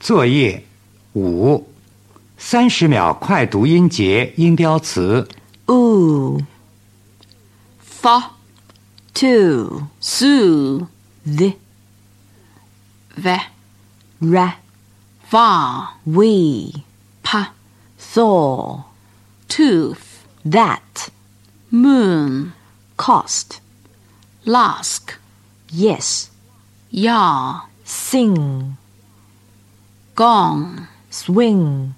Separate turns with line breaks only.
作业五，三十秒快读音节音标词。
oo,
for
to,
su
the,
ve
ra,
va
we,
pa
saw,
tooth
that,
moon
cost,
lask
yes,
ya
sing,
gong
swing,